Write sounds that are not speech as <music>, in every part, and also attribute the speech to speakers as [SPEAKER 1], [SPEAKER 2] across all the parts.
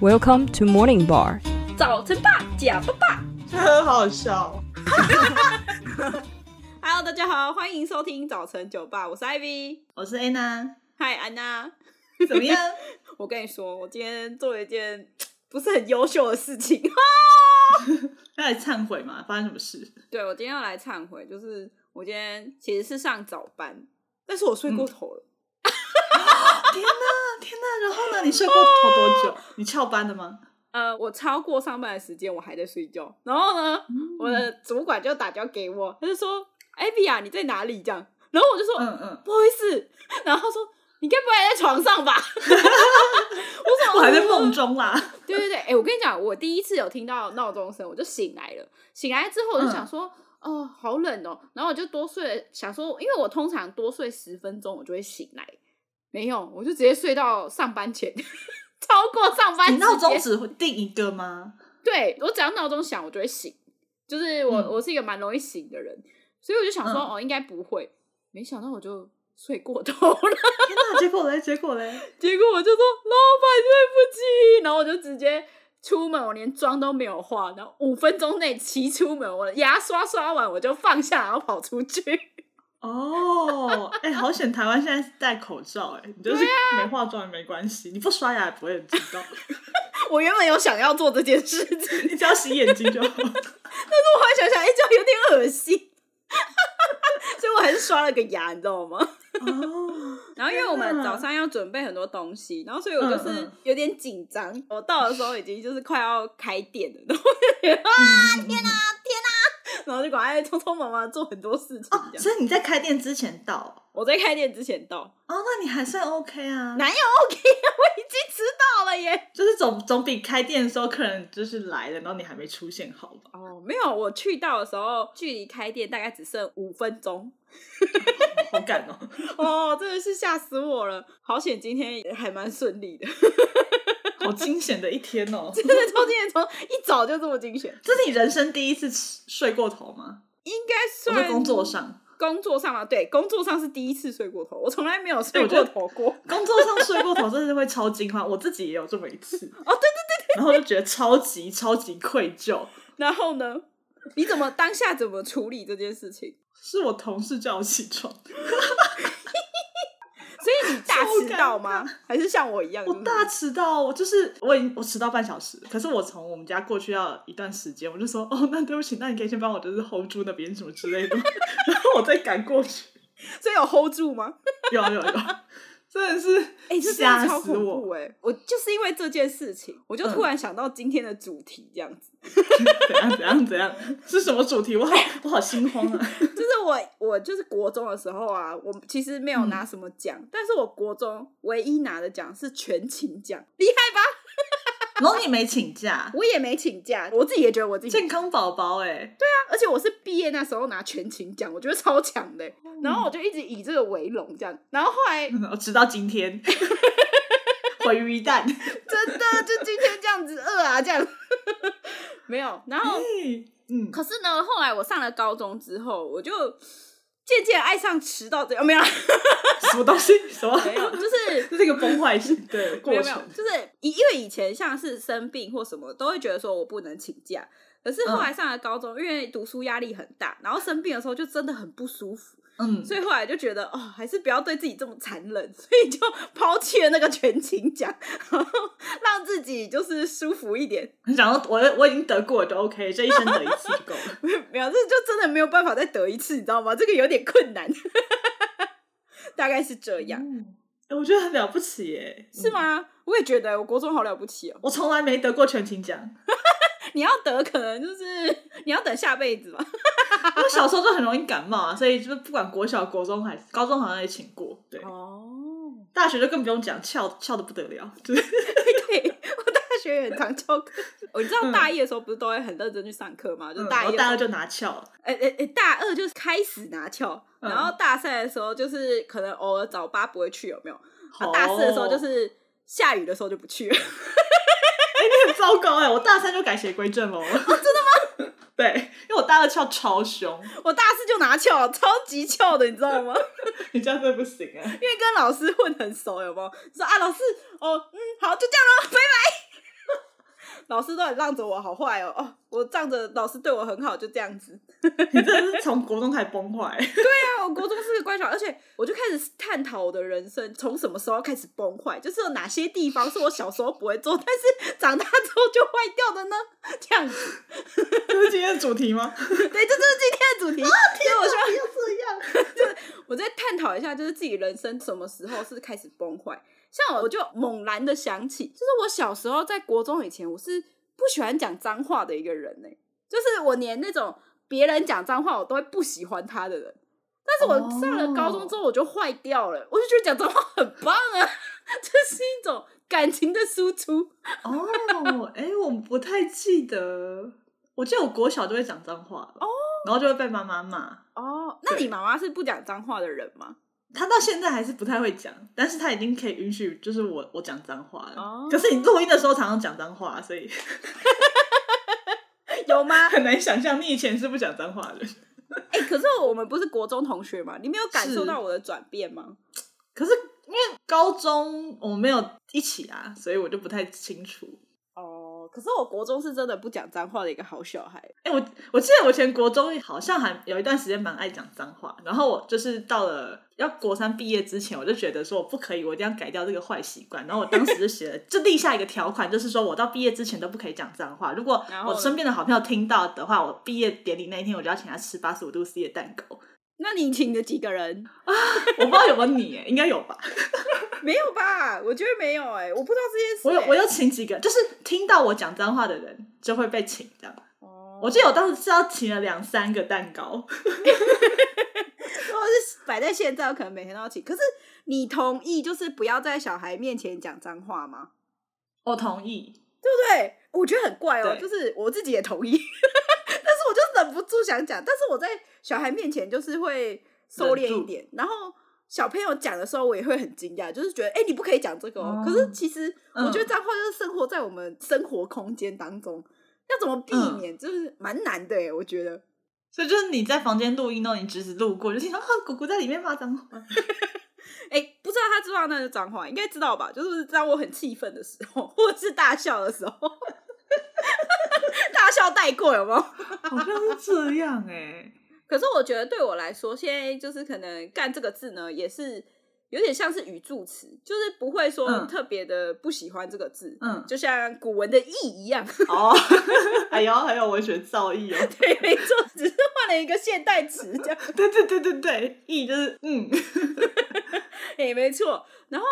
[SPEAKER 1] Welcome to Morning Bar。
[SPEAKER 2] 早晨吧，假爸爸。
[SPEAKER 3] 很 <laughs> 好笑。
[SPEAKER 2] Hello，大家好，欢迎收听早晨酒吧，我是 Ivy。
[SPEAKER 3] 我是 Anna，
[SPEAKER 2] 嗨，安娜。
[SPEAKER 3] 怎么样？ <laughs>
[SPEAKER 2] 我跟你说，我今天做了一件不是很优秀的事情。 <laughs>
[SPEAKER 3] 要来忏悔吗？发生什么事？
[SPEAKER 2] 对，我今天要来忏悔，就是我今天其实是上早班，但是我睡过头了。
[SPEAKER 3] 天哪，天哪！然后呢？你睡 <laughs> 过头多久？你翘班了吗？
[SPEAKER 2] 呃，我超过上班的时间，我还在睡觉。然后呢，我的主管就打电话给我，他就说：“艾比啊，你在哪里？”这样，然后我就说：“
[SPEAKER 3] 嗯嗯，
[SPEAKER 2] 不好意思。”然后他说：“你该不会还在床上吧？” <laughs> 我想
[SPEAKER 3] 我还在梦中啦。 <laughs>
[SPEAKER 2] 对对对，哎、我跟你讲，我第一次有听到闹钟声，我就醒来了。醒来之后，我就
[SPEAKER 3] 嗯
[SPEAKER 2] 想说，哦，好冷哦，然后我就多睡了，想说，因为我通常多睡十分钟，我就会醒来。没有，我就直接睡到上班前，超过上班
[SPEAKER 3] 你闹
[SPEAKER 2] 时
[SPEAKER 3] 钟
[SPEAKER 2] 间
[SPEAKER 3] 只会定一个吗？
[SPEAKER 2] 对我只要闹钟响，我就会醒。就是我，
[SPEAKER 3] 嗯
[SPEAKER 2] 我是一个蛮容易醒的人，所以我就想说，
[SPEAKER 3] 嗯
[SPEAKER 2] 哦，应该不会。没想到我就睡过头了，
[SPEAKER 3] 天哪！结果嘞？结果嘞？
[SPEAKER 2] 结果我就说老板对不起，然后我就直接出门，我连妆都没有化，然后五分钟内骑出门，我的牙刷刷完我就放下，然后跑出去。
[SPEAKER 3] 哦，哎，好险！台湾现在是戴口罩，哎，你就是没化妆也没关系，你不刷牙也不会有人知道，
[SPEAKER 2] <laughs> 我原本有想要做这件事情，但
[SPEAKER 3] <laughs> 你只要洗眼睛就好。
[SPEAKER 2] 我后来想想，哎、这样有点恶 <laughs> 心，所以我还是刷了个牙，你知道吗？
[SPEAKER 3] <laughs> 哦，
[SPEAKER 2] 然后因为我们
[SPEAKER 3] 天哪
[SPEAKER 2] 早上要准备很多东西，然后所以我就是
[SPEAKER 3] 嗯
[SPEAKER 2] 有点紧张。我到的时候已经就是快要开店了，然后
[SPEAKER 3] 哦啊天哪！
[SPEAKER 2] 然后就赶快哎匆匆忙忙地做很多事情。
[SPEAKER 3] 哦
[SPEAKER 2] 这，样，
[SPEAKER 3] 所以你在开店之前到。
[SPEAKER 2] 我在开店之前到，
[SPEAKER 3] 哦，那你还算 OK 啊，
[SPEAKER 2] 哪有
[SPEAKER 3] <laughs>
[SPEAKER 2] OK？我已经迟到了耶！
[SPEAKER 3] 就是总总比开店的时候客人就是来了，然后你还没出现好吧？
[SPEAKER 2] 哦，没有，我去到的时候距离开店大概只剩五分
[SPEAKER 3] <laughs>
[SPEAKER 2] 钟。
[SPEAKER 3] 好感哦！ <laughs>
[SPEAKER 2] 哦，真的是吓死我了！好险今天还蛮顺利
[SPEAKER 3] <laughs>
[SPEAKER 2] 的，
[SPEAKER 3] 好惊险的一天哦！
[SPEAKER 2] 真的从今天从一早就这么精选，
[SPEAKER 3] 这是你人生第一次吃睡过头吗？
[SPEAKER 2] 应该
[SPEAKER 3] 我
[SPEAKER 2] 算
[SPEAKER 3] 在工作上，
[SPEAKER 2] 工作上嘛，对，工作上是第一次睡过头，我从来没有睡
[SPEAKER 3] 对
[SPEAKER 2] 过
[SPEAKER 3] 我觉得
[SPEAKER 2] 头过。
[SPEAKER 3] 工作上睡过头真的是会超惊慌，我自己也有这么一次。哦，对对对然后就觉得超级超级愧疚，
[SPEAKER 2] 然后呢？你怎么当下怎么处理这件事
[SPEAKER 3] <laughs>
[SPEAKER 2] 情？
[SPEAKER 3] 是我同事叫我起床，
[SPEAKER 2] 所以你大迟到吗
[SPEAKER 3] 超尴？
[SPEAKER 2] 还是像我一样？
[SPEAKER 3] 我
[SPEAKER 2] 就是
[SPEAKER 3] 大迟到，我就是我已经我迟到半小时，可是我从我们家过去要一段时间，我就说哦，那对不起，那你可以先帮我就是 hold 住那边什么之类的吗， <laughs> 然后我再赶过去。
[SPEAKER 2] 所以有 hold 住吗？
[SPEAKER 3] <laughs> 有有有，真的是
[SPEAKER 2] 哎、这真
[SPEAKER 3] 吓
[SPEAKER 2] 的超
[SPEAKER 3] 死
[SPEAKER 2] 恐
[SPEAKER 3] 我！嗯
[SPEAKER 2] 怖哎、我就是因为这件事情，我就突然想到今天的主题，这样子，
[SPEAKER 3] 怎样怎样怎样？ <laughs> 是什么主题？我好
[SPEAKER 2] 哎
[SPEAKER 3] 我好心慌啊！
[SPEAKER 2] <laughs> 就是我我就是国中的时候啊，我其实没有
[SPEAKER 3] 嗯
[SPEAKER 2] 拿什么奖，但是我国中唯一拿的奖是全勤奖，厉害吧？
[SPEAKER 3] 然后你没请假，
[SPEAKER 2] 我也没请假，我自己也觉得我自己，
[SPEAKER 3] 健康宝宝哎，
[SPEAKER 2] 而且我是毕业那时候拿全勤奖，我觉得超强的欸、
[SPEAKER 3] 哦
[SPEAKER 2] 然后我就一直以这个为荣，这样，然后后来 <laughs>
[SPEAKER 3] 我 <laughs> 直到今天，毁鱼蛋。
[SPEAKER 2] 真的就今天这样子饿啊，这样 <laughs> 没有。然后
[SPEAKER 3] <laughs> 嗯，
[SPEAKER 2] 可是呢，后来我上了高中之后，我就渐渐爱上迟到这个、哦、没有啦
[SPEAKER 3] 什么东西？什么？
[SPEAKER 2] 没有， <laughs> 就是。
[SPEAKER 3] <laughs> 这是一个崩坏性的
[SPEAKER 2] 没有
[SPEAKER 3] 过
[SPEAKER 2] 没有，
[SPEAKER 3] 程。
[SPEAKER 2] 就是以因为以前像是生病或什么，都会觉得说我不能请假。可是后来上了高中，因为读书压力很大，然后生病的时候就真的很不舒服，
[SPEAKER 3] 嗯，
[SPEAKER 2] 所以后来就觉得哦，还是不要对自己这么残忍，所以就抛弃了那个全勤奖，然后让自己就是舒服一点。
[SPEAKER 3] 你想说，我我已经得过了，就 OK，这一生得一次就
[SPEAKER 2] <laughs>
[SPEAKER 3] 够了。
[SPEAKER 2] 没有，这就真的没有办法再得一次，你知道吗？这个有点困难， <laughs> 大概是这样，
[SPEAKER 3] 嗯哎我觉得很了不起耶，
[SPEAKER 2] 是
[SPEAKER 3] 嗯？
[SPEAKER 2] 吗？我也觉得，我国中好了不起哦。
[SPEAKER 3] 我从来没得过全勤奖，
[SPEAKER 2] 你要得，可能就是 <laughs> 你要等下辈子吧。
[SPEAKER 3] 我小时候就很容易感冒啊，所以就是不管国小、国中还是高中，好像也请过。对，
[SPEAKER 2] 哦，
[SPEAKER 3] 大学就更不用讲，翘翘的不得了，就
[SPEAKER 2] <laughs>
[SPEAKER 3] 是
[SPEAKER 2] 对，我大学也很常翘
[SPEAKER 3] <laughs>
[SPEAKER 2] 课。我你知道
[SPEAKER 3] 嗯
[SPEAKER 2] 大一的时候不是都会很认真去上课吗？就大
[SPEAKER 3] 嗯
[SPEAKER 2] 一的
[SPEAKER 3] 我
[SPEAKER 2] 时
[SPEAKER 3] 大
[SPEAKER 2] 候，
[SPEAKER 3] 二就拿翘了。
[SPEAKER 2] 哎哎哎，大二就是开始拿翘，
[SPEAKER 3] 嗯
[SPEAKER 2] 然后大三的时候就是可能偶尔早八不会去，有没有？啊，
[SPEAKER 3] 好
[SPEAKER 2] 大四的时候
[SPEAKER 3] 哦
[SPEAKER 2] 就是下雨的时候就不去了。 <laughs>
[SPEAKER 3] 很 <laughs> 糟糕哎、我大三就改邪归正喽、 <laughs> 真的吗？ <laughs> 对，因为我大二翘超凶，
[SPEAKER 2] 我大四就拿翘，超级翘的，你知道吗？
[SPEAKER 3] 你这样真的不行
[SPEAKER 2] <laughs>
[SPEAKER 3] 哎、
[SPEAKER 2] 因为跟老师混很熟，有没有？说啊，老师，哦，嗯，好，就这样咯，拜拜。 <laughs> 老师都很让着我，好坏哦，哦，我仗着老师对我很好，就这样子。
[SPEAKER 3] 你真的是 <laughs> 从国中开始崩坏， <laughs>
[SPEAKER 2] 对啊，我国中是个乖小孩，而且我就开始探讨我的人生从什么时候开始崩坏，就是有哪些地方是我小时候不会做，但是长大之后就坏掉的呢？这样子，
[SPEAKER 3] 这是今天的主题
[SPEAKER 2] <laughs>
[SPEAKER 3] 吗？
[SPEAKER 2] 对，这就是今天的主题。所以我希望
[SPEAKER 3] 要这样，
[SPEAKER 2] 我再探讨一下，就是自己人生什么时候是开始崩坏。像我就猛然的想起，就是我小时候在国中以前，我是不喜欢讲脏话的一个人呢、就是我连那种别人讲脏话，我都会不喜欢他的人。但是我上了高中之后，我就坏掉了我就觉得讲脏话很棒啊， <laughs> 这是一种感情的输出。
[SPEAKER 3] <laughs> 哦，哎、我不太记得，我记得我国小就会讲脏话了，
[SPEAKER 2] 哦
[SPEAKER 3] 然后就会被妈妈骂。
[SPEAKER 2] 哦，那你妈妈是不讲脏话的人吗？
[SPEAKER 3] 她到现在还是不太会讲，但是她已经可以允许，就是我我讲脏话了。
[SPEAKER 2] 哦
[SPEAKER 3] 可是你录音的时候常常讲脏话，所
[SPEAKER 2] <laughs>
[SPEAKER 3] 以
[SPEAKER 2] 有吗？
[SPEAKER 3] 很难想象你以前是不讲脏话的人。
[SPEAKER 2] 哎、可是我们不是国中同学嘛，你没有感受
[SPEAKER 3] 是
[SPEAKER 2] 到我的转变吗？
[SPEAKER 3] 可是因为高中我们没有一起啊，所以我就不太清楚。
[SPEAKER 2] 哦，可是我国中是真的不讲脏话的一个好小孩。
[SPEAKER 3] 哎、我我记得我以前国中好像还有一段时间蛮爱讲脏话，然后我就是到了要国三毕业之前，我就觉得说我不可以，我一定要改掉这个坏习惯。然后我当时就写了，就立下一个条款，就是说我到毕业之前都不可以讲脏话。如果
[SPEAKER 2] 然后
[SPEAKER 3] 我
[SPEAKER 2] 呢
[SPEAKER 3] 身边的好朋友听到的话，我毕业典礼那一天我就要请他吃八十五度 C 的蛋糕。
[SPEAKER 2] 那你请的几个人？
[SPEAKER 3] 我不知道有没有你、哎，应该有吧？
[SPEAKER 2] 没有吧？我觉得没有哎、我不知道这件事、
[SPEAKER 3] 我有
[SPEAKER 2] 哎
[SPEAKER 3] 我有请几个，就是听到我讲脏话的人就会被请这样。
[SPEAKER 2] 哦
[SPEAKER 3] 我记得我当时是要请了两三个蛋糕，
[SPEAKER 2] 如果是摆在现在，我可能每天都要请。可是你同意就是不要在小孩面前讲脏话吗？
[SPEAKER 3] 我同意。
[SPEAKER 2] 对不对？我觉得很怪哦，
[SPEAKER 3] 对
[SPEAKER 2] 就是我自己也同意， <laughs> 但是我就忍不住想讲，但是我在小孩面前就是会收敛
[SPEAKER 3] 忍
[SPEAKER 2] 一
[SPEAKER 3] 住
[SPEAKER 2] 点，然后小朋友讲的时候，我也会很惊讶，就是觉得哎、诶你不可以讲这个哦。
[SPEAKER 3] 哦
[SPEAKER 2] 可是其实我觉得
[SPEAKER 3] 嗯
[SPEAKER 2] 脏话就是生活在我们生活空间当中，要怎么避
[SPEAKER 3] 嗯
[SPEAKER 2] 免，就是蛮难的耶，我觉得。
[SPEAKER 3] 所以就是你在房间录音哦，你侄子路过就听到啊，姑姑在里面骂脏话。
[SPEAKER 2] 哎、不知道他知不知道那是脏话，应该知道吧？就是当我很气愤的时候，或者是大笑的时候， <laughs> 大笑带过有没有？
[SPEAKER 3] 好像是这样哎、
[SPEAKER 2] 可是我觉得对我来说，现在就是可能“干”这个字呢，也是有点像是语助词，就是不会说
[SPEAKER 3] 嗯
[SPEAKER 2] 特别的不喜欢这个字，
[SPEAKER 3] 嗯，
[SPEAKER 2] 就像古文的“意”一样。 <laughs>
[SPEAKER 3] 哦， <laughs> 还有啊还有文学造诣哦，
[SPEAKER 2] 对，没错，只是换了一个现代词这样。
[SPEAKER 3] <laughs> 对对对对对，意就是嗯，
[SPEAKER 2] 哎、没错。然后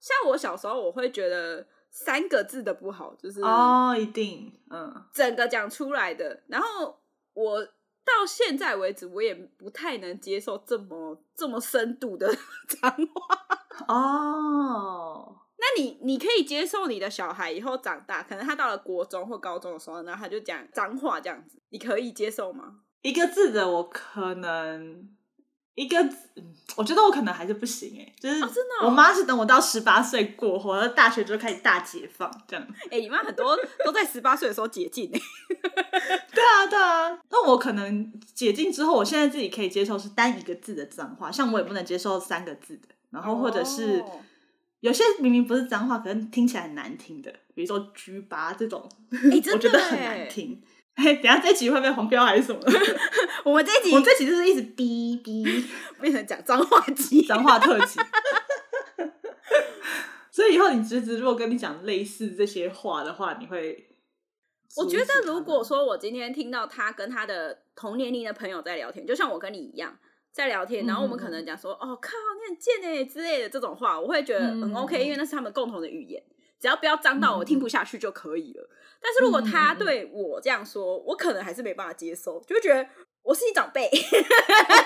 [SPEAKER 2] 像我小时候，我会觉得三个字的不好，就是
[SPEAKER 3] 哦，一定，嗯，
[SPEAKER 2] 整个讲出来的。然后我到现在为止，我也不太能接受这么这么深度的脏话。
[SPEAKER 3] 哦，
[SPEAKER 2] 那你你可以接受你的小孩以后长大，可能他到了国中或高中的时候，然后他就讲脏话这样子，你可以接受吗？
[SPEAKER 3] 一个字的我可能一个字，嗯我觉得我可能还是不行哎、就是、
[SPEAKER 2] 哦真的哦
[SPEAKER 3] 我妈是等我到十八岁过后，然后大学就开始大解放这样。
[SPEAKER 2] 哎、你妈很多都在十八岁的时候解禁、欸，
[SPEAKER 3] 对啊，对啊。那我可能解禁之后，我现在自己可以接受是单一个字的脏话，像我也不能接受三个字的。然后或者是、
[SPEAKER 2] 哦
[SPEAKER 3] 有些明明不是脏话，可能听起来很难听的，比如说“居巴”这种，
[SPEAKER 2] 哎、真的、欸，
[SPEAKER 3] <laughs> 我觉得很难。 <laughs> 听。嘿，等一下这一集会被黄标还是什么？我
[SPEAKER 2] 我们这一集
[SPEAKER 3] 这集就是一直哔哔
[SPEAKER 2] 变成讲脏话集，
[SPEAKER 3] 脏话特辑。 <laughs> 所以以后你侄子如果跟你讲类似这些话的话，你会
[SPEAKER 2] 我
[SPEAKER 3] 阻
[SPEAKER 2] 觉
[SPEAKER 3] 止他
[SPEAKER 2] 得
[SPEAKER 3] 吗，
[SPEAKER 2] 如
[SPEAKER 3] <laughs>
[SPEAKER 2] 果说我今天听到他跟他的同年龄的朋友在聊天，就像我跟你一样在聊天，
[SPEAKER 3] 嗯
[SPEAKER 2] 然后我们可能讲说“哦靠，你很贱哎”之类的这种话，我会觉得很
[SPEAKER 3] 嗯
[SPEAKER 2] OK，、因为那是他们共同的语言，只要不要脏到我
[SPEAKER 3] 嗯
[SPEAKER 2] 听不下去就可以了。但是如果他
[SPEAKER 3] 嗯嗯嗯
[SPEAKER 2] 对我这样说，我可能还是没办法接受，就会觉得我是你长
[SPEAKER 3] <laughs>
[SPEAKER 2] 辈，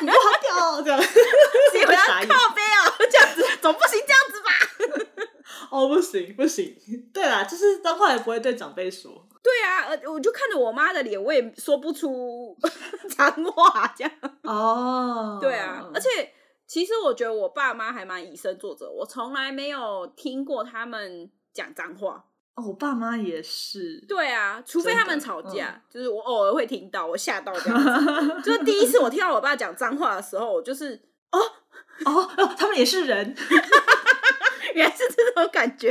[SPEAKER 3] 你好屌
[SPEAKER 2] <laughs>
[SPEAKER 3] 哦这样，
[SPEAKER 2] 谁回
[SPEAKER 3] 傻 <laughs>
[SPEAKER 2] 来
[SPEAKER 3] 眼
[SPEAKER 2] 靠背啊？这
[SPEAKER 3] <laughs>
[SPEAKER 2] 样子总不行这样子吧？
[SPEAKER 3] 哦，不行不行， <laughs> 对啦，就是脏话也不会对长辈说。
[SPEAKER 2] 对啊，呃，我就看着我妈的脸，我也说不出 <laughs> 脏话这样。
[SPEAKER 3] <laughs> 哦
[SPEAKER 2] 对啊，而且其实我觉得我爸妈还蛮以身作则，我从来没有听过他们讲脏话。
[SPEAKER 3] 哦，我爸妈也是，
[SPEAKER 2] 对啊，除非
[SPEAKER 3] 真的嗯
[SPEAKER 2] 他们吵架，就是我偶尔会听到，我吓到这样子。
[SPEAKER 3] <laughs>
[SPEAKER 2] 就是第一次我听到我爸讲脏话的时候，我就是 <laughs>
[SPEAKER 3] 哦哦，他们也是人。
[SPEAKER 2] 原来是这种感觉。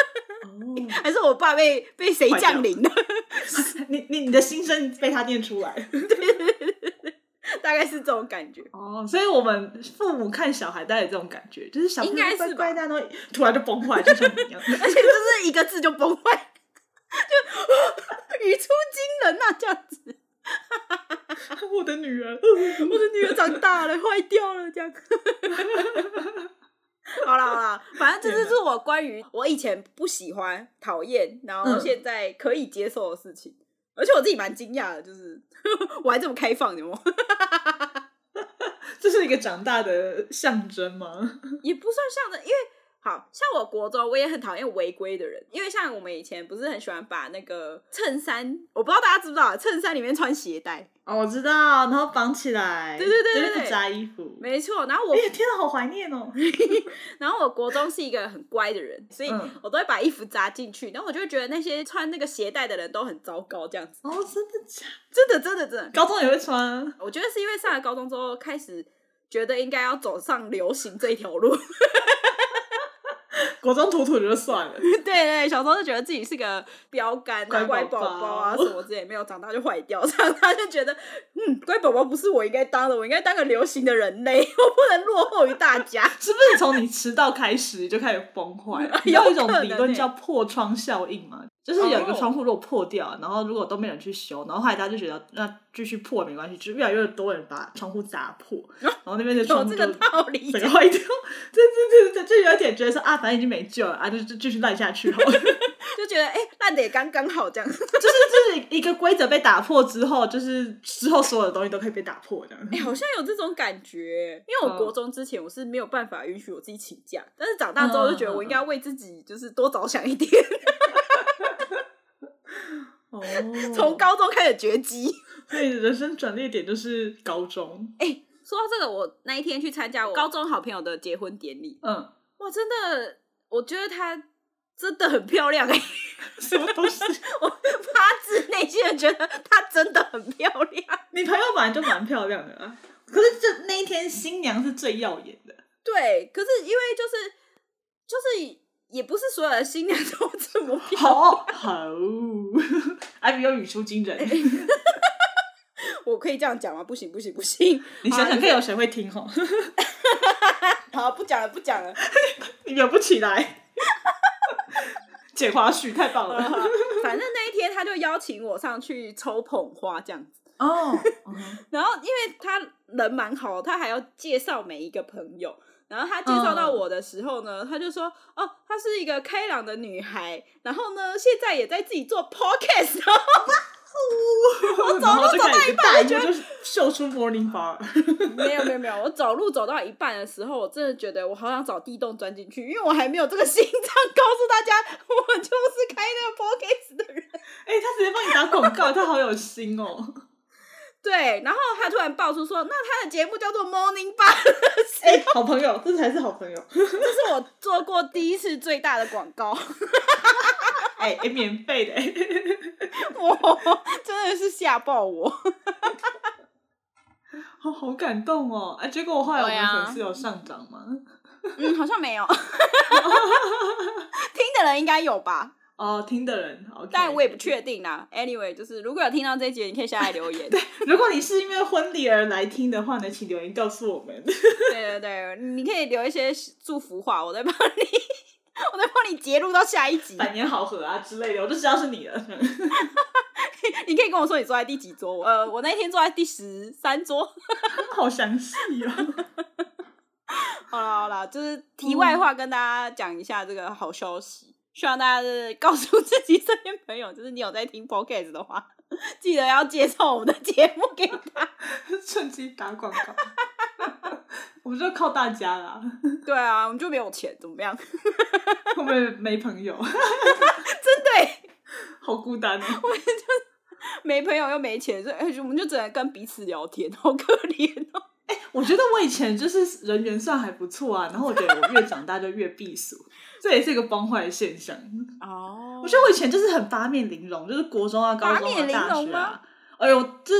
[SPEAKER 3] <laughs> 哦，
[SPEAKER 2] 还是我爸被被谁
[SPEAKER 3] 坏掉
[SPEAKER 2] 降临的？
[SPEAKER 3] 你你你的心声被他念出来。
[SPEAKER 2] <laughs> 大概是这种感觉。
[SPEAKER 3] <laughs> 哦，所以我们父母看小孩，大概有这种感觉，就是小朋友
[SPEAKER 2] 应该是吧
[SPEAKER 3] 乖乖的，然后突然就崩坏，就像你一样。 <laughs>
[SPEAKER 2] 而且就是一个字就崩坏， <laughs> 就 <laughs> 语出惊人啊呐、这样子。
[SPEAKER 3] 我的女儿， <laughs>
[SPEAKER 2] 我的女儿长大了，坏掉了，这样。 <laughs> 好啦好啦，反正这就是我关于我以前不喜欢、讨厌，然后
[SPEAKER 3] 嗯
[SPEAKER 2] 现在可以接受的事情。而且我自己蛮惊讶的，就是 <laughs> 我还这么开放，有没有
[SPEAKER 3] 这是一个长大的象征吗？
[SPEAKER 2] <laughs> 也不算像的，因为好像我国中我也很讨厌违规的人，因为像我们以前不是很喜欢把那个衬衫，我不知道大家知不知道，衬衫里面穿鞋带，
[SPEAKER 3] 哦，我知道，然后绑起来，
[SPEAKER 2] 对对对对
[SPEAKER 3] 就是
[SPEAKER 2] 对
[SPEAKER 3] 不扎衣服。
[SPEAKER 2] 没错。然后我
[SPEAKER 3] 哎呀，天啊，好怀念哦！
[SPEAKER 2] <laughs> 然后我国中是一个很乖的人，所以
[SPEAKER 3] 嗯
[SPEAKER 2] 我都会把衣服扎进去。然后我就会觉得那些穿那个鞋带的人都很糟糕，这样子，
[SPEAKER 3] <laughs> 哦，真的假的？
[SPEAKER 2] 真的真的真的。
[SPEAKER 3] 高中也会穿，啊
[SPEAKER 2] 我觉得是因为上了高中之后，开始觉得应该要走上流行这一条路。 <laughs>
[SPEAKER 3] 国中土土就算了。
[SPEAKER 2] 对对，小时候就觉得自己是个标杆啊、
[SPEAKER 3] 乖
[SPEAKER 2] 乖宝
[SPEAKER 3] 宝
[SPEAKER 2] 宝啊
[SPEAKER 3] 宝
[SPEAKER 2] 什么之类，没有长大就坏掉， <laughs> 长大就觉得，嗯，乖宝宝不是我应该当的，我应该当个流行的人类， <laughs> 我不能落后于大家。
[SPEAKER 3] 是不是从你迟到开始你就开始崩
[SPEAKER 2] <laughs>
[SPEAKER 3] 坏？你有一种理论叫破窗效应嘛，就是有一个窗户如果破掉，然后如果都没人去修，然后后来大家就觉得那继续破没关系，就越来越多人把窗户砸
[SPEAKER 2] <laughs>
[SPEAKER 3] 破，然后那边的
[SPEAKER 2] 有
[SPEAKER 3] 窗户
[SPEAKER 2] 这
[SPEAKER 3] 就
[SPEAKER 2] 个道理，
[SPEAKER 3] 整个坏掉。对对对对，就有点觉得说啊，反正已经没救了啊，就就继续烂下去好了。
[SPEAKER 2] 就觉得哎，烂的也刚刚好这样。
[SPEAKER 3] 就是就是一个规则被打破之后，就是之后所有的东西都可以被打破这样。
[SPEAKER 2] 哎、好像有这种感觉，因为我
[SPEAKER 3] 嗯
[SPEAKER 2] 国中之前我是没有办法允许我自己请假，但是长大之后就觉得我应该要为自己就是多着想一点，
[SPEAKER 3] 哦，
[SPEAKER 2] <laughs> 从高中开始绝迹。
[SPEAKER 3] 所以人生转捩点就是高中。
[SPEAKER 2] 哎、 <laughs> 说到这个，我那一天去参加我高中好朋友的结婚典礼，
[SPEAKER 3] 嗯，
[SPEAKER 2] 哇，真的，我觉得她真的很漂亮哎、
[SPEAKER 3] 什么东 <laughs> 西？
[SPEAKER 2] <laughs> 我发自内心的觉得她真的很漂亮。
[SPEAKER 3] 你朋友本来就蛮漂亮的啊，可是这那一天新娘是最耀眼的。
[SPEAKER 2] <laughs> 对，可是因为就是就是也不是所有的新娘都这么漂亮。
[SPEAKER 3] 好 <laughs> 好，艾比又语出惊人。
[SPEAKER 2] 哎我可以这样讲吗？不行不行不行！
[SPEAKER 3] <laughs>
[SPEAKER 2] <laughs>
[SPEAKER 3] 你想想看，有谁会听哦 <laughs> 吼？
[SPEAKER 2] 好，不讲了不讲了。
[SPEAKER 3] 你秒不起来。剪花絮太棒了。
[SPEAKER 2] 嗯反正那一天他就邀请我上去抽捧花这样子，
[SPEAKER 3] 哦，
[SPEAKER 2] 然后因为他人蛮好，他还要介绍每一个朋友。然后他介绍到我的时候呢，他就说：“哦，她是一个开朗的女孩，然后呢，现在也在自己做 podcast，然 <laughs> 后
[SPEAKER 3] 我
[SPEAKER 2] 走路走到一半
[SPEAKER 3] 就开始大姨就是秀出 morning bar。
[SPEAKER 2] 没有没有没有，我走路走到一半的时候，我真的觉得我好想找地洞钻进去，因为我还没有这个心脏 <laughs> 告诉大家我就是开那个 podcast 的人。”
[SPEAKER 3] 哎，他直接帮你打广告，他好有
[SPEAKER 2] <laughs>
[SPEAKER 3] 心哦。
[SPEAKER 2] 对，然后他突然爆出说：“那他的节目叫做 Morning Bar 的时候
[SPEAKER 3] 哎，好朋友，这才是好朋友。
[SPEAKER 2] 这是我做过第一次最大的广 <laughs> 告，
[SPEAKER 3] 哎哎，免费的。 <laughs> 哎
[SPEAKER 2] 我真的是吓爆我。
[SPEAKER 3] 好好感动哦！哎、结果我后来我
[SPEAKER 2] 对
[SPEAKER 3] 们
[SPEAKER 2] 啊
[SPEAKER 3] 粉丝有上涨吗？
[SPEAKER 2] <laughs> 嗯，好像没 <laughs> 有，听的人应该有吧，
[SPEAKER 3] 哦，听的人，OK，
[SPEAKER 2] 但我也不确定啦。Anyway，就是如果有听到这一集，你可以下来留言。
[SPEAKER 3] <laughs> 如果你是因为婚礼而来听的话呢，请留言告诉我们。 <laughs>
[SPEAKER 2] 对对对，你可以留一些祝福话，我再帮你， <laughs> 我再帮你截录到下一集。
[SPEAKER 3] 百年好合啊之类的，我就知道是你了。
[SPEAKER 2] 你可以跟我说你坐在第几桌，我呃，我那天坐在第十三桌。
[SPEAKER 3] 好详细哦！
[SPEAKER 2] 好啦好啦，就是题外话，跟大家讲一下这个好消息。希望大家就是告诉自己身边朋友，就是你有在听 podcast 的话，记得要介绍我们的 <laughs> 节目给他。
[SPEAKER 3] <laughs> 趁机打广告， <laughs> 我们就靠大家啦。
[SPEAKER 2] 对啊，我们就没有钱，怎么样？ <laughs>
[SPEAKER 3] 我们没朋友，
[SPEAKER 2] 真的耶，
[SPEAKER 3] <laughs> 好孤单哦。
[SPEAKER 2] 没朋友又没钱，所以哎我们就只能跟彼此聊天，好可怜哦。
[SPEAKER 3] 我觉得我以前就是人缘算还不错啊，然后我觉得我越长大就越避俗，这也是一个崩坏的现象。
[SPEAKER 2] 哦
[SPEAKER 3] 我觉得我以前就是很八面玲珑，就是国中啊、高中
[SPEAKER 2] 八
[SPEAKER 3] 啊、
[SPEAKER 2] 面玲珑
[SPEAKER 3] 大学
[SPEAKER 2] 吗
[SPEAKER 3] 啊。哎呦，这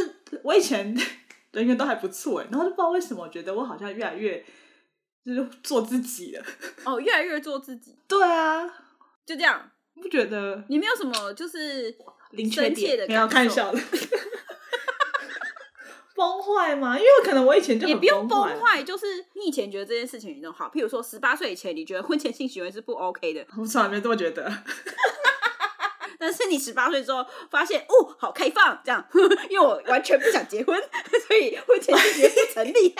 [SPEAKER 3] 我以前 <laughs> 人缘都还不错哎，然后就不知道为什么，我觉得我好像越来越就是做自己了。
[SPEAKER 2] 哦，越来越做自己，
[SPEAKER 3] 对啊，
[SPEAKER 2] 就这样。
[SPEAKER 3] 不觉得
[SPEAKER 2] 你没有什么就是
[SPEAKER 3] 零缺
[SPEAKER 2] 深切
[SPEAKER 3] 点
[SPEAKER 2] 的
[SPEAKER 3] 没有看
[SPEAKER 2] 感受 <laughs>
[SPEAKER 3] 笑了。崩坏吗？因为可能我以前就
[SPEAKER 2] 也
[SPEAKER 3] 很
[SPEAKER 2] 不用
[SPEAKER 3] 崩
[SPEAKER 2] 崩，坏，就是你以前觉得这件事情很好，譬如说十八岁以前你觉得婚前性行为是不 OK 的，
[SPEAKER 3] 我从来没这么觉得。 <laughs>
[SPEAKER 2] 但是你十八岁之后发现哦，好开放这样， <laughs> 因为我完全不想结婚， <laughs> 所以婚前性行为不成立。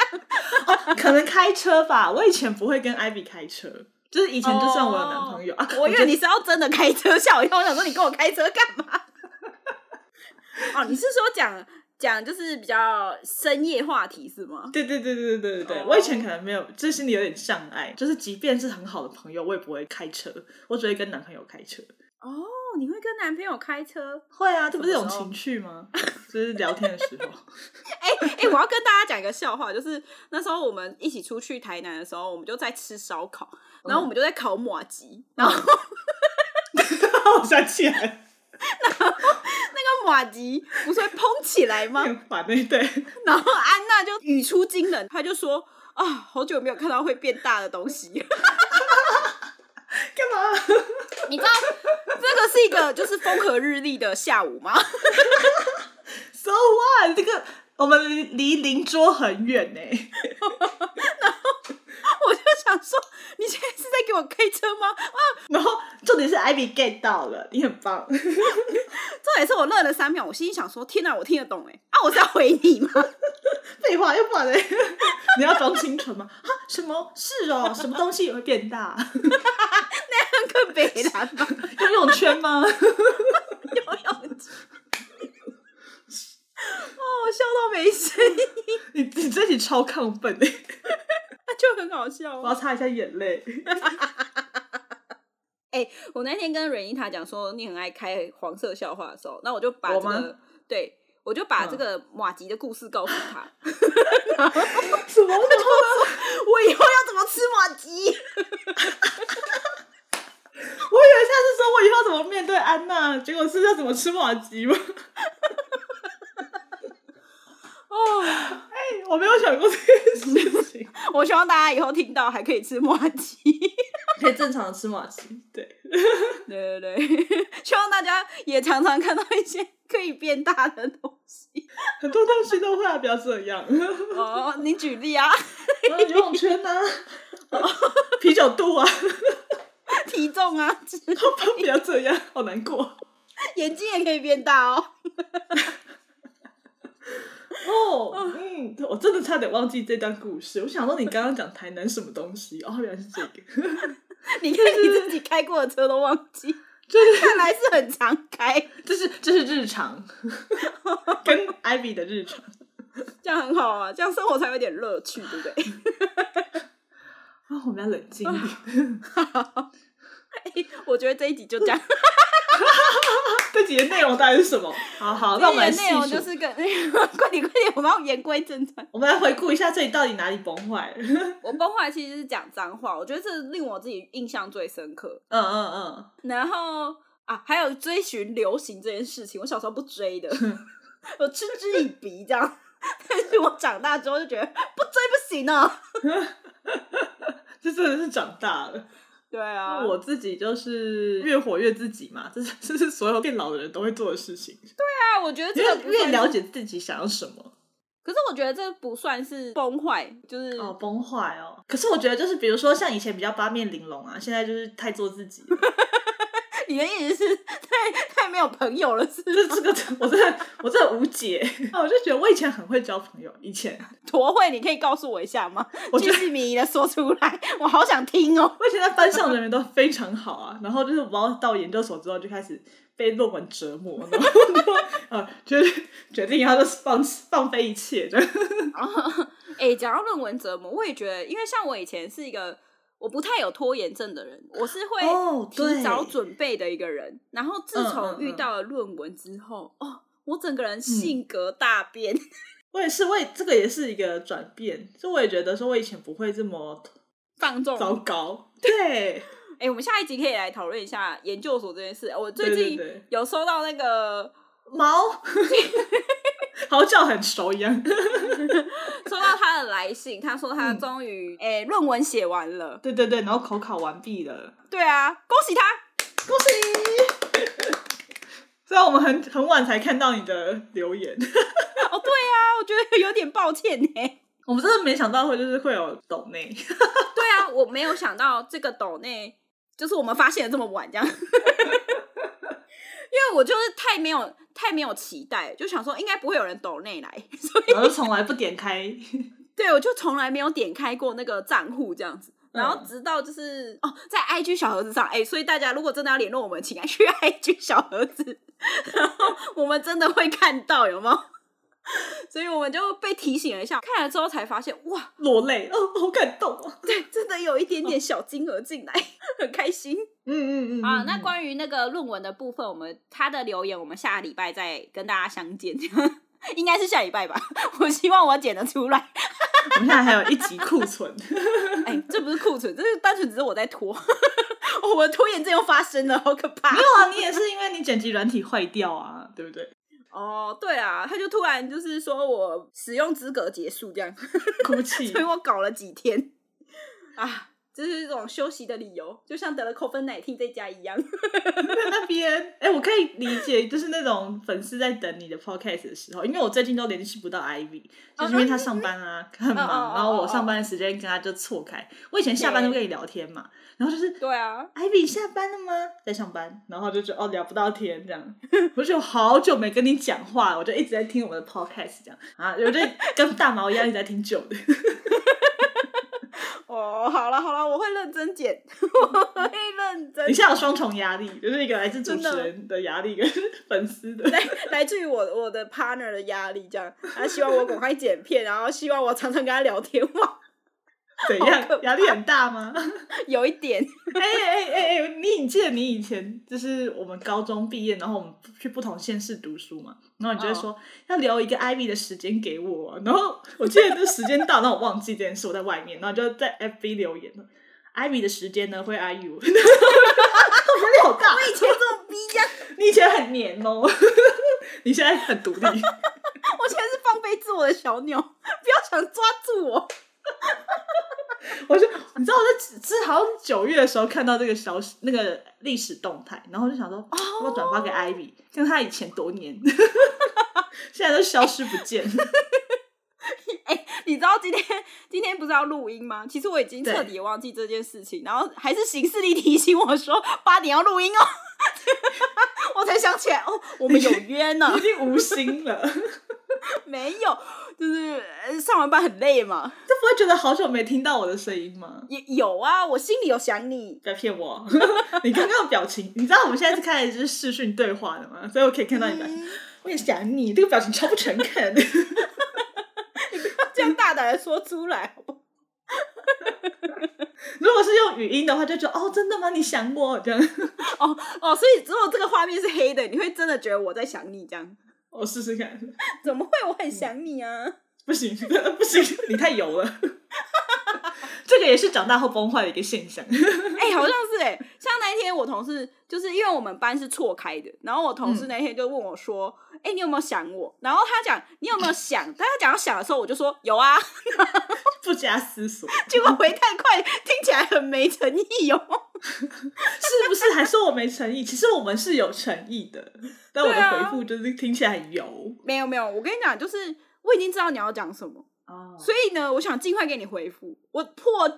[SPEAKER 2] 啊
[SPEAKER 3] 可能开车吧，我以前不会跟艾比开车，就是以前就算我有男朋友、啊，
[SPEAKER 2] 我以为你是要真的开车，吓我一跳！我想说你跟我开车干嘛？ <laughs> 哦，你是说讲讲就是比较深夜话题是吗？
[SPEAKER 3] 对对对对对对对对
[SPEAKER 2] 哦
[SPEAKER 3] 我以前可能没有，就是心里有点障碍，就是即便是很好的朋友，我也不会开车，我只会跟男朋友开车。
[SPEAKER 2] 哦，你会跟男朋友开车？
[SPEAKER 3] 会啊，这不是一种
[SPEAKER 2] 什么时候
[SPEAKER 3] 情趣吗？ <laughs> 就是聊天的时 <laughs> 候，
[SPEAKER 2] 哎、哎、我要跟大家讲一个笑话，就是那时候我们一起出去台南的时候，我们就在吃烧烤，然后我们就在烤马吉，然后
[SPEAKER 3] 我想起 <laughs> 来，
[SPEAKER 2] 那个马吉不是会蓬起来吗？
[SPEAKER 3] 很烦那对，
[SPEAKER 2] 然后安娜就语出惊人，她就说。啊、好久没有看到会变大的东西了。 <laughs>
[SPEAKER 3] 干嘛？
[SPEAKER 2] 你知道这个是一个就是风和日丽的下午吗？ <laughs>
[SPEAKER 3] So what？这个我们离邻桌很远呢、欸
[SPEAKER 2] 我就想说，你现在是在给我开车吗？
[SPEAKER 3] 然后重点是艾比 get 到了，你很棒。
[SPEAKER 2] 这也是我愣了三秒，我心里想说，天哪，我听得懂哎，啊，我是要回你吗？ <laughs>
[SPEAKER 3] 废话，又不然嘞？ <laughs> 你要装清纯吗？哈，什么是哦？什么东西也会变大？ <laughs>
[SPEAKER 2] 更北南吧，
[SPEAKER 3] 游泳圈吗？ <laughs>
[SPEAKER 2] 游泳池。哦，我笑到没声音， <laughs>
[SPEAKER 3] 你你自己超亢奋哎！
[SPEAKER 2] 就很好笑啊
[SPEAKER 3] 我要擦一下眼 <laughs> 泪。
[SPEAKER 2] 我那天跟瑞妮塔讲说你很爱开黄色笑话的时候，那我就把
[SPEAKER 3] 我
[SPEAKER 2] 这
[SPEAKER 3] 吗
[SPEAKER 2] 个对。我就把这
[SPEAKER 3] 嗯
[SPEAKER 2] 个马吉的故事告诉他，
[SPEAKER 3] 什么？
[SPEAKER 2] <laughs> 我以后要怎么吃马吉？
[SPEAKER 3] <laughs> 我以为下次说我以后怎么面对安娜，结果是要怎么吃马吉吗？ <laughs>
[SPEAKER 2] 哦，
[SPEAKER 3] 哎我没有想过这件事情。
[SPEAKER 2] <laughs> 我希望大家以后听到还可以吃马吉。
[SPEAKER 3] <laughs> 可以正常的吃马吉，对，
[SPEAKER 2] <laughs> 对对对， <laughs> 希望大家也常常看到一些可以变大的东 <laughs> 西。
[SPEAKER 3] 很多东西都会啊，不要这 <laughs> 样。
[SPEAKER 2] 哦，你举例啊， <laughs>
[SPEAKER 3] 然后啊游泳圈呢、啊？ <laughs> 啤酒肚啊， <laughs>
[SPEAKER 2] 体重啊，之 <laughs>
[SPEAKER 3] 不要这样，好难过
[SPEAKER 2] 眼睛也可以变大哦。
[SPEAKER 3] 哦， <laughs> 嗯，我真的差点忘记这段故事。我想说，你刚刚讲台南什么东西？哦，原来是这个。 <laughs>
[SPEAKER 2] 你看你自己开过的车都忘 <laughs> 记，看来是很常开，
[SPEAKER 3] 这是这是日常， <laughs> 跟艾比的日常。
[SPEAKER 2] 这样很好啊，这样生活才有点乐趣，对不 <laughs> 对？
[SPEAKER 3] 啊、我们要冷静一点。
[SPEAKER 2] 嘿哎我觉得这一集就 <laughs> 这样。
[SPEAKER 3] 这集的内容到底是什么？好好，那我们来
[SPEAKER 2] 这一集的
[SPEAKER 3] 细
[SPEAKER 2] 内容
[SPEAKER 3] 数。
[SPEAKER 2] 就是跟 <laughs> 快点快点，我们要言归正传。
[SPEAKER 3] 我们来回顾一下这里到底哪里崩 <laughs> 坏了。嗯
[SPEAKER 2] 我崩坏其实是讲脏话，我觉得这令我自己印象最深刻。
[SPEAKER 3] 嗯
[SPEAKER 2] 然后啊，还有追寻流行这件事情，我小时候不追
[SPEAKER 3] <laughs>
[SPEAKER 2] 的，我嗤之以鼻这样。 <laughs> 但是我长大之后就觉得不追不行啊呢。
[SPEAKER 3] 嗯，这真的是长大了。
[SPEAKER 2] 对啊，
[SPEAKER 3] 我自己就是越活越自己嘛，这是 <laughs> 这是所有变老的人都会做的事情。
[SPEAKER 2] 对啊，我觉得这
[SPEAKER 3] 因
[SPEAKER 2] 个
[SPEAKER 3] 为
[SPEAKER 2] 不
[SPEAKER 3] 越
[SPEAKER 2] 算
[SPEAKER 3] 了
[SPEAKER 2] 是，
[SPEAKER 3] 解自己想要什么。
[SPEAKER 2] 可是我觉得这不算是崩坏，就是、
[SPEAKER 3] 哦，崩坏哦！可是我觉得就是，比如说像以前比较八面玲珑啊，现在就是太做自己了。
[SPEAKER 2] 你的意思是 <laughs> 太太没有朋友了，是 <laughs>
[SPEAKER 3] 就是这个，我真的我真的无解。 <laughs> 啊我就觉得我以前很会交朋友，以前
[SPEAKER 2] 驼会，你可以告诉我一下吗？
[SPEAKER 3] 我觉
[SPEAKER 2] 句
[SPEAKER 3] 得
[SPEAKER 2] 细迷的说出来，我好想听哦。
[SPEAKER 3] 我以前在班上人缘都非常好啊。然后就是我要到研究所之后就开始被论文折磨，然后就呃就是决定要就是放放飞一切的。
[SPEAKER 2] 哎、讲到论文折磨，我也觉得，因为像我以前是一个我不太有拖延症的人，我是
[SPEAKER 3] 哦
[SPEAKER 2] 会
[SPEAKER 3] 对
[SPEAKER 2] 提早准备的一个人。然后自
[SPEAKER 3] 嗯嗯
[SPEAKER 2] 从遇
[SPEAKER 3] 嗯
[SPEAKER 2] 到了论文之后，哦，我整个人性格大变。
[SPEAKER 3] 我也是，我也这个也是一个转变，就我也觉得说我以前不会这么
[SPEAKER 2] 放纵，
[SPEAKER 3] 糟糕。对，
[SPEAKER 2] 哎、我们下一集可以来讨论一下研究所这件事。我最
[SPEAKER 3] 对对
[SPEAKER 2] 近
[SPEAKER 3] 对
[SPEAKER 2] 有收到那个，
[SPEAKER 3] 毛， <laughs> 嚎叫很熟一样。 <laughs>
[SPEAKER 2] 收到他的来信，他说
[SPEAKER 3] 嗯
[SPEAKER 2] 他终于哎论文写完了。
[SPEAKER 3] 对对对，然后口考完毕了，
[SPEAKER 2] 对啊，恭喜他！
[SPEAKER 3] 恭喜！ <laughs> 虽然我们很很晚才看到你的留言， <laughs>
[SPEAKER 2] 哦，对啊，我觉得有点抱歉呢、
[SPEAKER 3] 我们真的没想到会就是会有抖内， <laughs>
[SPEAKER 2] 对啊，我没有想到这个斗内就是我们发现的这么晚，这样。因 <laughs> 为我就是太没有太没有期待，就想说应该不会有人抖内来， <laughs> 所以
[SPEAKER 3] 然后就从来不点开。
[SPEAKER 2] 对我就从来没有点开过那个账户这样子。然后直到就是、哦，在 IG 小盒子上，哎、所以大家如果真的要联络我们，请去 <laughs> IG 小盒子，然后我们真的会看到有没有？ <laughs> 所以我们就被提醒了一下，看了之后才发现，哇，
[SPEAKER 3] 落泪 <laughs> 哦，好感动哦！
[SPEAKER 2] 对，真的有一点点小金额进来， <laughs> 很开心
[SPEAKER 3] 嗯嗯嗯
[SPEAKER 2] 啊。
[SPEAKER 3] 嗯
[SPEAKER 2] 那
[SPEAKER 3] 嗯
[SPEAKER 2] 关于那个论文的部分，我们他的留言，我们下礼拜再跟大家相见， <laughs> 应该是下礼拜吧。我希望我剪得出来。
[SPEAKER 3] 我们现在还有一集库存， <laughs>
[SPEAKER 2] 哎、这不是库存，这是单纯只是我在拖。 <laughs> 我们拖延症又发生了，好可怕
[SPEAKER 3] 没！有啊，你也是因为你剪辑软体坏掉啊，对不对？
[SPEAKER 2] <laughs>
[SPEAKER 3] <laughs>
[SPEAKER 2] 哦，对啊，他就突然就是说我使用资格结束这样， <laughs>
[SPEAKER 3] 哭泣
[SPEAKER 2] 所以我搞了几天啊，这是一种休息的理由，就像得了 COVID 奶 n 在家一样。 <laughs>
[SPEAKER 3] 在那边，哎、我可以理解，就是那种粉丝在等你的 podcast 的时候，因为我最近都联系不到 Ivy，就是因为他上班啊，很
[SPEAKER 2] 哦哦哦
[SPEAKER 3] 忙，然后我上班的时间跟他就错开。我以前下班都跟你聊天嘛，然后就是
[SPEAKER 2] 对啊，
[SPEAKER 3] Ivy 下班了吗？在上班，然后就觉得哦聊不到天这样， <laughs> 我就好久没跟你讲话，我就一直在听我们的 podcast 这样啊，我就跟大毛一样一直在听旧的。 <laughs>
[SPEAKER 2] 哦，好了好了，我会认真剪， <laughs> 我会认真
[SPEAKER 3] 你。现在有双重压力，就是一个来自主持人的压力跟粉
[SPEAKER 2] <laughs>
[SPEAKER 3] 丝的。
[SPEAKER 2] 来来自于我我的 partner 的压力，这样，他希望我赶快剪片，然后希望我常常跟他聊天，哇，
[SPEAKER 3] 怎
[SPEAKER 2] 好可
[SPEAKER 3] 样？
[SPEAKER 2] 怕
[SPEAKER 3] 压力很大吗？
[SPEAKER 2] <laughs> 有一点，
[SPEAKER 3] 哎哎哎哎，你记得你以前就是我们高中毕业，然后我们去不同县市读书嘛，然后你就
[SPEAKER 2] 嗯
[SPEAKER 3] 会说、要留一个 Ivy 的时间给我啊，然后我记得这时间到，那我忘记这件事，我在外面，然后就在 FB 留言了。Ivy 的时间呢会 I U，压 <laughs> 力好大。
[SPEAKER 2] 以前这么逼样，
[SPEAKER 3] 你以前很黏哦， <laughs> 你现在很独立。
[SPEAKER 2] <laughs> 我现在是放飞自我的小鸟， <laughs> 不要想抓住我，
[SPEAKER 3] 我就你知道我在是好像九月的时候看到这个消息，那个历史动态，然后就想说，哦要不要转发给 Ivy，像他以前多年， <laughs> 现在都消失不见。
[SPEAKER 2] 你知道今天今天不是要录音吗？其实我已经
[SPEAKER 3] 对
[SPEAKER 2] 彻底忘记这件事情，然后还是行事力提醒我说八点要录音哦， <laughs> 我才想起来哦，我们有约呢
[SPEAKER 3] <laughs>
[SPEAKER 2] <laughs>
[SPEAKER 3] 已，经无心 <laughs> 了，就
[SPEAKER 2] 没有，就是呃上完班很累嘛，
[SPEAKER 3] 不会觉得好久没听到我的声音吗？
[SPEAKER 2] 也有啊，我心里有想你。
[SPEAKER 3] 不要骗我！ <laughs> 你刚刚的表情，你知道我们现在是开始就是视讯对话的吗？所以我可以看到你表情。
[SPEAKER 2] 嗯
[SPEAKER 3] 我也想你，这个表情超不诚恳。
[SPEAKER 2] <laughs>
[SPEAKER 3] <laughs>
[SPEAKER 2] 这样大胆的说出来，好不好？
[SPEAKER 3] 如果是用语音的话，就觉得哦，真的吗？你想我这样？ <laughs>
[SPEAKER 2] 哦哦，所以如果这个画面是黑的，你会真的觉得我在想你这样？
[SPEAKER 3] 我试试看。
[SPEAKER 2] 怎么会？我很想你啊！
[SPEAKER 3] 不行， <laughs> 不行，你太油了。 <laughs> 这个也是长大后崩坏的一个现象。
[SPEAKER 2] 哎、好像是哎、像那一天我同事，就是因为我们班是错开的，然后我同
[SPEAKER 3] 嗯
[SPEAKER 2] 事那天就问我说：“哎、你有没有想我？”然后他讲：“你有没有想？”但他讲到想的时候，我就说：“有啊。 <laughs>
[SPEAKER 3] 不加思索，”
[SPEAKER 2] 结果回太快，听起来很没诚意哦。
[SPEAKER 3] 是不是还说我没诚意？其实我们是有诚意的，但我
[SPEAKER 2] 对
[SPEAKER 3] 的
[SPEAKER 2] 啊
[SPEAKER 3] 回复就是听起来很油
[SPEAKER 2] 没有没有，我跟你讲，就是我已经知道你要讲什么，
[SPEAKER 3] 哦
[SPEAKER 2] 所以呢，我想尽快给你回复，我迫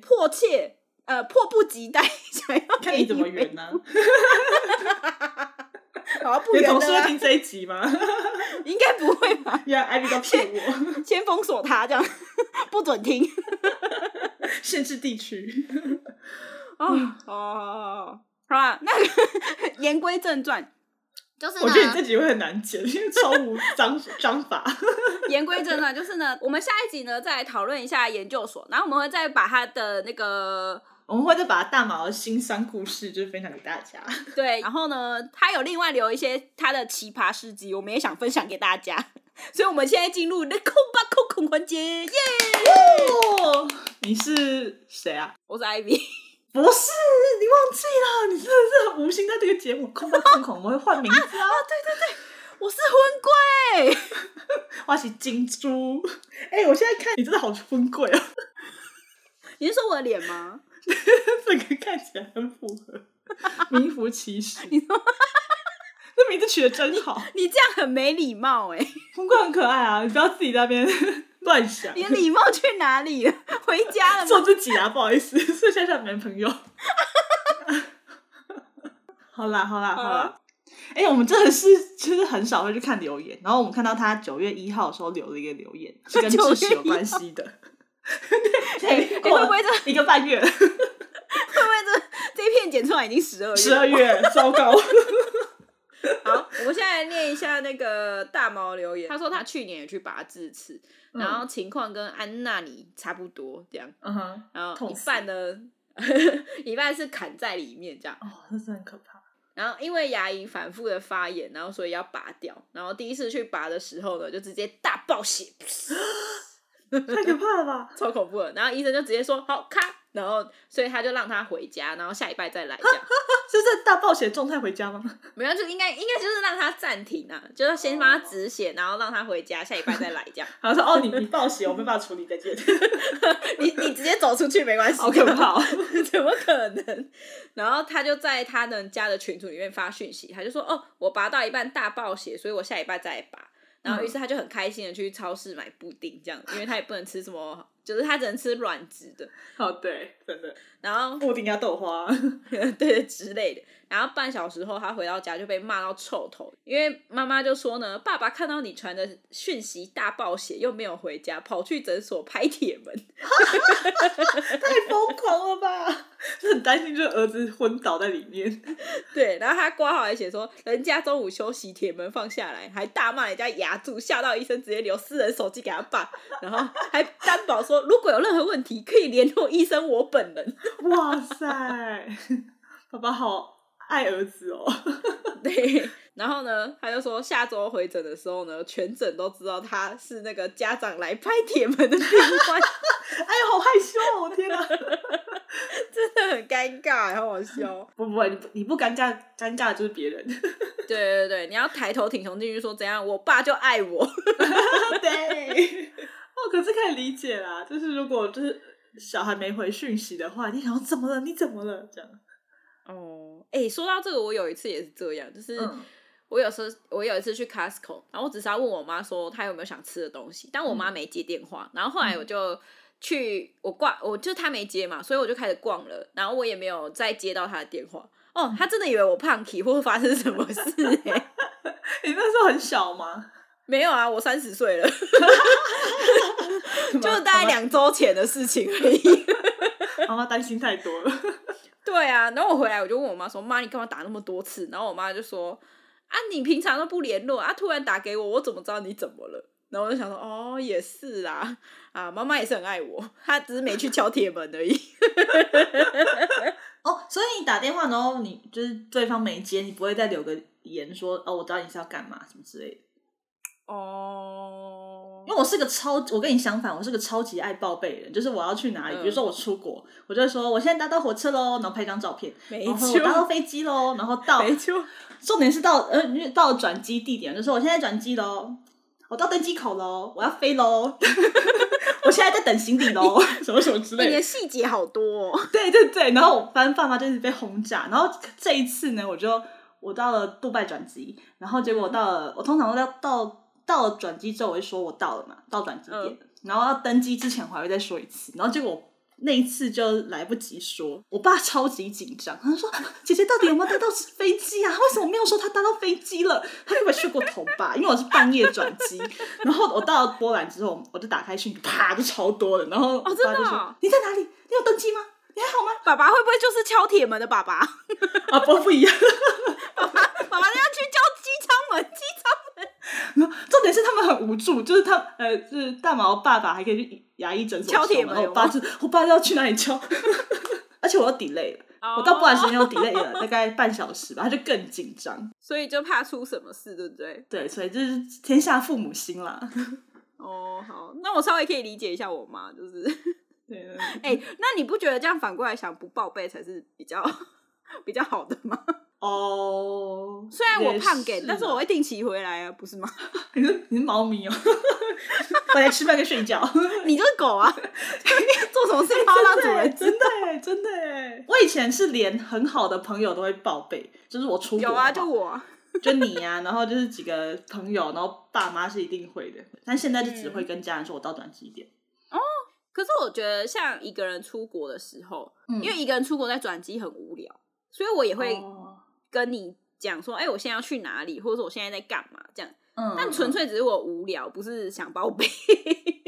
[SPEAKER 2] 迫切呃迫不及待 <laughs> 想要
[SPEAKER 3] 看
[SPEAKER 2] 给
[SPEAKER 3] 你怎么
[SPEAKER 2] 回
[SPEAKER 3] 圆啊呢、
[SPEAKER 2] 好不
[SPEAKER 3] 你的
[SPEAKER 2] 远
[SPEAKER 3] 同事
[SPEAKER 2] 的
[SPEAKER 3] 会
[SPEAKER 2] 啊、
[SPEAKER 3] 听这一集吗？
[SPEAKER 2] 应该不会吧？ <laughs>
[SPEAKER 3] 原来艾比都骗我，
[SPEAKER 2] 先封锁他，这样不准听。
[SPEAKER 3] <laughs> 限制地区。
[SPEAKER 2] 哦哦哦，好啦，那 <laughs> 言归正传，就是
[SPEAKER 3] 我觉得你
[SPEAKER 2] 呢，
[SPEAKER 3] 这集会很难剪，因为超无章 <laughs> 章法。
[SPEAKER 2] 言归正传就是呢，我们下一集呢再来讨论一下研究所，然后我们会再把他的那个
[SPEAKER 3] 我们会再把大毛的心酸故事就是分享给大家。
[SPEAKER 2] 对，然后呢，他有另外留一些他的奇葩事迹，我们也想分享给大家。 <laughs> 所以我们现在进入那空吧空空环节，耶、
[SPEAKER 3] 哦，你是谁啊？
[SPEAKER 2] 我是 Ivy，
[SPEAKER 3] 不是，你忘记了，你真的是很无心在这个节目空空空空，我们会换名字啊，
[SPEAKER 2] 我是婚 <laughs> 贵。
[SPEAKER 3] 我是金珠。 <laughs> 哎、我现在看你真的好崩溃 <laughs> 哦，
[SPEAKER 2] 你是说我的脸吗？
[SPEAKER 3] 这个看起来很符合。名副其实。 <laughs> 这名字取得真好，
[SPEAKER 2] 你这样很没礼貌哎、
[SPEAKER 3] 不过很可爱啊！你不要自己在那边 <laughs> 乱想，
[SPEAKER 2] 你的礼貌去哪里 <laughs> 了？回家了吗？
[SPEAKER 3] <laughs> 做自己啊，不好意思， <laughs> 是珊珊男朋友。 <laughs> 好啦，好啦，好啊啦。哎、我们真的是就是很少会去看留言，然后我们看到他九月一号的时候留了一个留言，是跟
[SPEAKER 2] 9
[SPEAKER 3] 知
[SPEAKER 2] 月
[SPEAKER 3] 识有关系 <laughs> 的。
[SPEAKER 2] 哎、
[SPEAKER 3] 对，
[SPEAKER 2] 哎会不会这
[SPEAKER 3] 一个半月，
[SPEAKER 2] 会不会这这一片剪出来已经十二月？
[SPEAKER 3] <laughs> 十二。月，糟糕！
[SPEAKER 4] 好，我们现在念一下那个大毛留言
[SPEAKER 2] 他。说他去年也去拔智齿，然后情况跟安娜你差不多这样，
[SPEAKER 3] <laughs> 嗯哼，
[SPEAKER 2] 然后
[SPEAKER 3] 痛
[SPEAKER 2] 一
[SPEAKER 3] 死
[SPEAKER 2] 半呢， <laughs> 一半是砍在里面这样，
[SPEAKER 3] 哦，这是很可怕。
[SPEAKER 2] 然后因为牙龈反复的发炎，然后所以要拔掉，然后第一次去拔的时候呢，就直接大爆血， <laughs>
[SPEAKER 3] 太可怕了吧！
[SPEAKER 2] 超恐怖的，然后医生就直接说好咔，然后所以他就让他回家，然后下礼拜再来这样。
[SPEAKER 3] 是在大暴血状态回家吗？
[SPEAKER 2] 没有，就应该应该就是让他暂停啊，就是先帮他止血，然后让他回家，下礼拜再来这
[SPEAKER 3] <laughs>
[SPEAKER 2] 样。
[SPEAKER 3] 然后说哦，你你暴血，我没办法处理，再见。
[SPEAKER 2] 你你直接走出去没关系，啊
[SPEAKER 3] 好可怕哦
[SPEAKER 2] <laughs> 怎么可能？然后他就在他们家的群组里面发讯息，他就说：“哦，我拔到一半大爆血，所以我下礼拜再来拔。”
[SPEAKER 3] 嗯
[SPEAKER 2] 然后于是他就很开心的去超市买布丁，这样，因为他也不能吃什么，就是他只能吃软质的，
[SPEAKER 3] <laughs> 哦，对，真的，
[SPEAKER 2] 然后
[SPEAKER 3] 布丁加豆花，
[SPEAKER 2] <laughs> 对之类的。然后半小时后，他回到家就被骂到臭头，因为妈妈就说呢，爸爸看到你传的讯息大暴血，又没有回家，跑去诊所拍铁门。
[SPEAKER 3] 太疯狂了吧！ <laughs> 很担心，就是儿子昏倒在里面。
[SPEAKER 2] 对，然后他挂号还写说，人家中午休息，铁门放下来，还大骂人家牙柱，吓到医生直接留私人手机给他爸，然后还担保说，如果有任何问题，可以联络医生我本人。<laughs>
[SPEAKER 3] <laughs> 哇塞， <laughs> 爸爸好爱儿子哦。 <laughs>
[SPEAKER 2] 对，然后呢，他就说下周回诊的时候呢，全诊都知道他是那个家长来拍铁门的病患，
[SPEAKER 3] 哎呀，好害羞哦！我天哪，
[SPEAKER 2] 真的很尴尬，好好笑。
[SPEAKER 3] <laughs> 不不，你不你不尴尬，尴尬的就是别 <laughs> 人。
[SPEAKER 2] <laughs> 对对对，你要抬头挺胸进去说怎样，我爸就爱我。
[SPEAKER 3] 对，哦，可是可以理解啦，就是如果就是小孩没回讯息的话，你想说怎么了？你怎么了？这样，
[SPEAKER 2] <laughs>
[SPEAKER 3] <laughs>
[SPEAKER 2] 哦，哎，说到这个，我有一次也是这样，就是。
[SPEAKER 3] 嗯
[SPEAKER 2] 我有时候我有一次去 Costco，然后我只是要问我妈说她有没有想吃的东西，但我妈没接电话，然后后来我就去我挂，我就她没接嘛，所以我就开始逛了，然后我也没有再接到她的电话。哦，她真的以为我胖 K 或发生什么事、 <laughs> 欸？
[SPEAKER 3] 你那时候很小 <laughs> 吗？
[SPEAKER 2] 没有啊，我三十岁了，就
[SPEAKER 3] 妈
[SPEAKER 2] 大概两周前的事情而已。
[SPEAKER 3] 妈妈担心太多了。 <laughs>
[SPEAKER 2] 对啊，然后我回来我就问我妈说：“妈，你干嘛打那么多次？”然后我妈就说：“啊，你平常都不联络啊，突然打给我，我怎么知道你怎么了？”然后我就想说：“哦，也是啦，啊，妈妈也是很爱我，她只是没去敲铁门
[SPEAKER 3] <laughs>
[SPEAKER 2] 而已。
[SPEAKER 3] 哦，所以你打电话，然后你就是对方没接，你不会再留个言说哦，我知道你是要干嘛什么之类的。”
[SPEAKER 2] 哦
[SPEAKER 3] 因为我是个超，我跟你相反，我是个超级爱报备的人，就是我要去哪里，
[SPEAKER 2] 嗯
[SPEAKER 3] 比如说我出国，我就会说我现在搭到火车喽，然后拍张照片，
[SPEAKER 2] 没
[SPEAKER 3] 然后
[SPEAKER 2] 错
[SPEAKER 3] 哦我搭到飞机喽，然后到
[SPEAKER 2] 没错，
[SPEAKER 3] 重点是到呃，因为到了转机地点，就说我现在转机喽，我到登机口喽，我要飞喽， <laughs> 我现在在等行李喽， <laughs> 什么什么之
[SPEAKER 2] 你
[SPEAKER 3] 类
[SPEAKER 2] 的
[SPEAKER 3] 的。
[SPEAKER 2] 细节好多、哦。
[SPEAKER 3] <laughs> 对对对，然后我反正爸妈就是被轰炸，然后这一次呢，我就我到了杜拜转机，然后结果到了，我通常都要到到了转机之后，我就说我到了嘛，到转机点，
[SPEAKER 2] 嗯
[SPEAKER 3] 然后要登机之前我还会再说一次，然后结果我那一次就来不及说，我爸超级紧张，他就说：“姐姐到底有没有搭到飞机啊？为什么没有说她搭到飞机了？她有没有睡过头吧？ <laughs> 因为我是半夜转机。”然后我到波兰之后，我就打开讯息，啪就超多了。然后我
[SPEAKER 2] 真
[SPEAKER 3] 爸
[SPEAKER 2] 的
[SPEAKER 3] 就说：“
[SPEAKER 2] 哦
[SPEAKER 3] 你在哪里？你有登机吗？你还好吗
[SPEAKER 2] 爸爸会不会就是敲铁门的爸爸？？”
[SPEAKER 3] 啊，不不一样。 <laughs>
[SPEAKER 2] 爸爸爸爸要去敲机舱门，机舱门
[SPEAKER 3] 然后重点是他们很无助，就是他呃，就是大毛爸爸还可以去牙医诊所
[SPEAKER 2] 敲铁
[SPEAKER 3] 敲门
[SPEAKER 2] 门
[SPEAKER 3] 然后我爸就我爸要去哪里敲， <laughs> 而且我又 delay 了。 <laughs>
[SPEAKER 2] 哦
[SPEAKER 3] 我到波兰时间又 delay 了，大概半小时吧，他就更紧张。
[SPEAKER 2] 所以就怕出什么事，对不对？
[SPEAKER 3] 对，所以就是天下父母
[SPEAKER 2] <laughs>
[SPEAKER 3] 心啦。
[SPEAKER 2] 哦，好，那我稍微可以理解一下我妈，就是。
[SPEAKER 3] 对，
[SPEAKER 2] <laughs> 哎、那你不觉得这样反过来想不报备才是比较比较好的吗？
[SPEAKER 3] 哦，
[SPEAKER 2] <laughs> 虽然我胖
[SPEAKER 3] 也
[SPEAKER 2] 给，
[SPEAKER 3] 是
[SPEAKER 2] 但是 <laughs> 我会定期回来啊，不是吗？
[SPEAKER 3] 你是你是猫咪哦， <laughs> 回来吃饭跟睡觉，
[SPEAKER 2] <laughs> 你就是狗 <laughs> 啊，做什么事情都要让主人知
[SPEAKER 3] 真的耶真的耶。我以前是连很好的朋友都会报备，就是我出国
[SPEAKER 4] 有啊，
[SPEAKER 3] 的
[SPEAKER 4] 就
[SPEAKER 3] 话
[SPEAKER 4] 我啊，
[SPEAKER 3] 就你呀、 <laughs> 然后就是几个朋友，然后爸妈是一定会的，但现在就只
[SPEAKER 2] 嗯
[SPEAKER 3] 会跟家人说我到短几点。
[SPEAKER 2] 可是我觉得，像一个人出国的时候，
[SPEAKER 3] 嗯
[SPEAKER 2] 因为一个人出国在转机很无聊，所以我也会
[SPEAKER 3] 哦
[SPEAKER 2] 跟你讲说，哎、我现在要去哪里，或者我现在在干嘛这样。
[SPEAKER 3] 嗯
[SPEAKER 2] 但纯粹只是我无聊，不是想报备。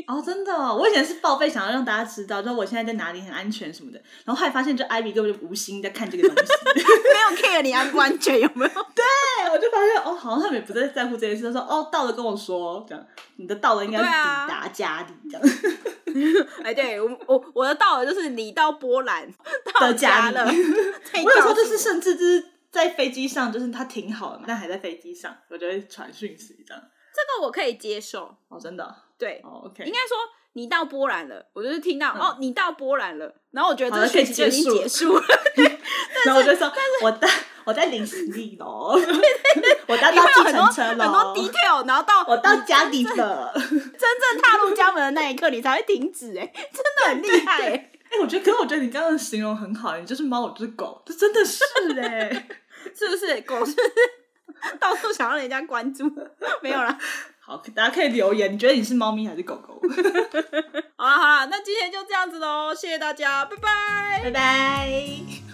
[SPEAKER 3] 哦，真的哦、我以前是报备，想要让大家知道，就我现在在哪里很安全什么的，然后后来发现，就艾比根本就无心在看这个东西，
[SPEAKER 2] <laughs> 没有 care 你安不安全有没有？
[SPEAKER 3] 对，我就发现哦，好像他们也不太在乎这件事，他说哦，到了跟我说，这样你的到了应该是
[SPEAKER 2] 对啊
[SPEAKER 3] 抵达家里这样。
[SPEAKER 2] 哎，对我我我的道理就是你到波兰到
[SPEAKER 3] 的家 <laughs>
[SPEAKER 2] 了，
[SPEAKER 3] 里
[SPEAKER 2] 我
[SPEAKER 3] 我有时候就是甚至就是在飞机上，就是他停好了嘛，但还在飞机上，我就会传讯息这样。
[SPEAKER 2] 这个我可以接受，
[SPEAKER 3] 哦，真的哦，
[SPEAKER 2] 对，
[SPEAKER 3] 哦，OK，
[SPEAKER 2] 应该说你到波兰了，我就是听到、
[SPEAKER 3] 嗯
[SPEAKER 2] 哦你到波兰了，然后我觉得
[SPEAKER 3] 好
[SPEAKER 2] 这个
[SPEAKER 3] 了可以
[SPEAKER 2] 学期就已经
[SPEAKER 3] 结束
[SPEAKER 2] 结束了，
[SPEAKER 3] 然后我就说，我在我在领行李喽，我搭到
[SPEAKER 2] 会有
[SPEAKER 3] 计
[SPEAKER 2] 很多
[SPEAKER 3] 程车
[SPEAKER 2] 很多
[SPEAKER 3] 喽，
[SPEAKER 2] detail，然后到
[SPEAKER 3] 我到 <laughs> 家
[SPEAKER 2] <laughs>
[SPEAKER 3] 里了。
[SPEAKER 2] 真正踏入家门的那一刻，你才会停止、哎，真的很厉害、哎
[SPEAKER 3] 哎、我觉得，可是我觉得你刚刚的形容很好，你就是猫，我就是狗，这真的是哎、
[SPEAKER 2] 是不是？狗是不是 <laughs> 到处想让人家关注？没有啦，
[SPEAKER 3] <laughs> 好，大家可以留言，你觉得你是猫咪还是狗狗？
[SPEAKER 2] 好啦好啦，那今天就这样子喽，谢谢大家，拜拜。
[SPEAKER 3] 拜拜。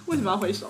[SPEAKER 3] 为什么要挥手？